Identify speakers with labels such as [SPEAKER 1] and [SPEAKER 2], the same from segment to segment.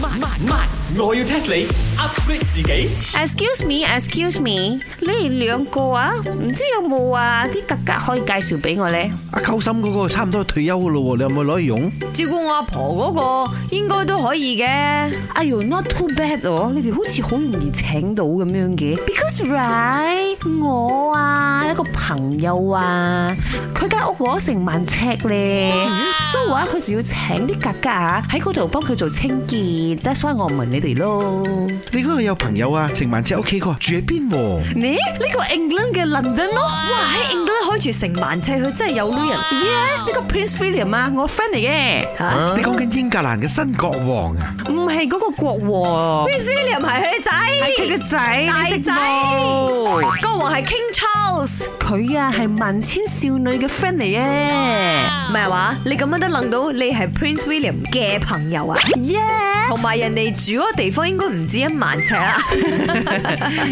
[SPEAKER 1] 慢慢慢，我要 test 你 upgrade 自己。
[SPEAKER 2] Excuse me，excuse me，你哋兩個啊，唔知有冇啊啲格格可以介紹俾我呢？
[SPEAKER 3] 阿溝心嗰個差唔多退休噶咯喎，你有冇攞去用？
[SPEAKER 4] 照顧我阿婆嗰個應該都可以嘅。
[SPEAKER 2] 哎呦，not too bad 哦，你哋好似好容易請到咁樣嘅。Because right，我啊一個朋友啊，佢間屋攞成萬尺咧，so
[SPEAKER 4] 嗯
[SPEAKER 2] 啊佢就要請啲格格啊喺嗰度幫佢做清潔，that's why 我問你哋咯。
[SPEAKER 3] 你嗰個有朋友啊，程萬姐屋企個住喺邊喎？
[SPEAKER 2] 你呢個 England 嘅 London 咯，
[SPEAKER 4] 哇！喺 England 開住成萬尺，佢真係有女人。
[SPEAKER 2] yeah 呢個 Prince William 啊，我 friend 嚟嘅，
[SPEAKER 4] 嚇
[SPEAKER 3] 你講緊英格蘭嘅新國王啊？
[SPEAKER 2] 唔係嗰個國王，
[SPEAKER 4] ，Prince William 係佢嘅
[SPEAKER 2] 係佢
[SPEAKER 4] 仔，
[SPEAKER 2] 嘅仔，
[SPEAKER 4] 大
[SPEAKER 2] 你識
[SPEAKER 4] 仔
[SPEAKER 2] 冇
[SPEAKER 4] 國王係 King Charles，
[SPEAKER 2] 佢啊係萬千少女嘅 friend 嚟嘅，
[SPEAKER 4] 唔係話你咁樣都諗到你係 Prince William 嘅朋友啊？
[SPEAKER 2] yeah，you
[SPEAKER 4] 同埋人哋住嗰個地方應該唔止一萬 尺啊！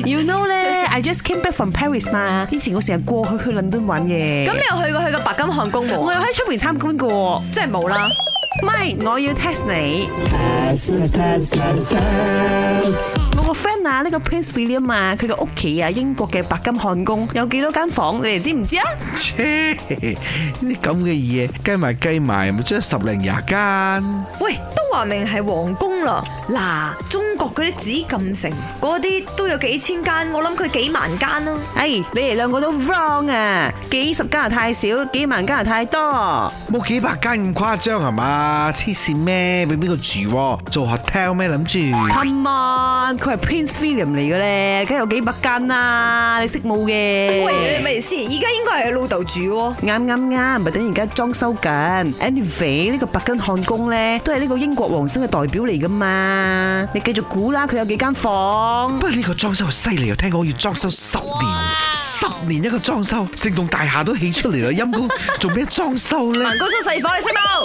[SPEAKER 2] know 咧，I just came back from Paris 嘛，以前我成日過去去倫敦玩嘅，
[SPEAKER 4] 咁你有去過佢個白金漢宮冇
[SPEAKER 2] 我
[SPEAKER 4] 啊？
[SPEAKER 2] 又喺出邊參觀過，
[SPEAKER 4] 真係冇啦！
[SPEAKER 2] 唔係我要 test 你。我個 friend 啊，呢個 Prince William 啊，佢嘅屋企啊，英國嘅白金漢宮有幾多間房？你哋知唔知啊？
[SPEAKER 3] 切，呢啲咁嘅嘢計埋計埋，咪將十零廿間。
[SPEAKER 4] 喂，都話明係皇宮啦。嗱，中國嗰啲紫禁城嗰啲都有幾千間，我諗佢幾萬間啦。
[SPEAKER 2] 哎，你哋兩個都 wrong 啊！幾十間又太少，幾萬間又太多。
[SPEAKER 3] 冇幾百間咁誇張係嘛？黐線咩？俾邊個住喎？做 hotel 咩諗住？
[SPEAKER 2] Come on，佢係 Prince William 嚟嘅咧，梗係有幾百間啦，你識冇嘅？
[SPEAKER 4] 喂，咪先，而家應該係佢老豆住喎。
[SPEAKER 2] 啱啱啱，咪等而家裝修緊。Anyway，呢個白金漢宮咧，都係呢個英國皇室嘅代表嚟噶嘛。你繼續估啦，佢有幾間
[SPEAKER 3] 不
[SPEAKER 2] 房？
[SPEAKER 3] 過呢個裝修係犀利啊！聽講要裝修十年，十年一個裝修，成棟大廈都起出嚟啦，陰公做咩裝修呢？
[SPEAKER 4] 民高中細房，你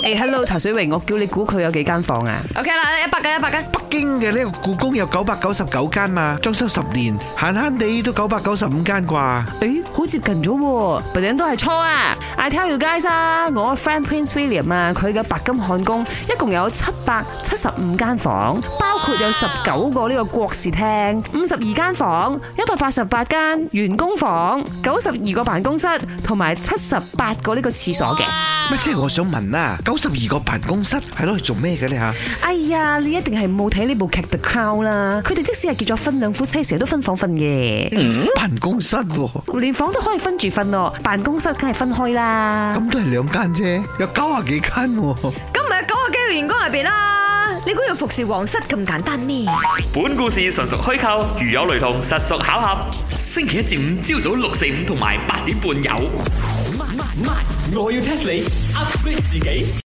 [SPEAKER 4] 識冇
[SPEAKER 2] 誒，hello，茶水榮，我叫你估佢有幾間房啊？
[SPEAKER 4] ？OK 啦，一百間一百間。
[SPEAKER 3] 北京嘅呢個故宮有九百九十九間嘛，裝修十年，閒閒地都九百九十五間啩。
[SPEAKER 2] 誒，好接近咗喎，咪等都係錯啊！I tell you guys 啊，我 friend Prince William 啊，佢嘅白金漢宮一共有七百七十五間房，包括有十九個呢個國事廳、五十二間房、一百八十八間員工房、九十二個辦公室同埋七十八個呢個廁所嘅。
[SPEAKER 3] 乜即係我想問啦，九十二個辦公室係攞嚟做咩嘅呢？吓？
[SPEAKER 2] 哎呀，你一定係冇睇呢部劇 The Crown 啦！佢哋即使係結咗婚，兩夫妻成日都分房瞓嘅，
[SPEAKER 3] 辦公室喎，
[SPEAKER 2] 連房都可以分住瞓咯，辦公室梗係分開啦。
[SPEAKER 3] 咁都係兩間啫，有九啊幾間喎。
[SPEAKER 4] 咁咪有九個幾個員工入邊啦。你估要服侍皇室咁簡單咩？
[SPEAKER 1] 本故事純屬虛構，如有雷同，實屬巧合。星期一至五朝早六四五同埋八點半有。我要 test 你 upgrade 自己。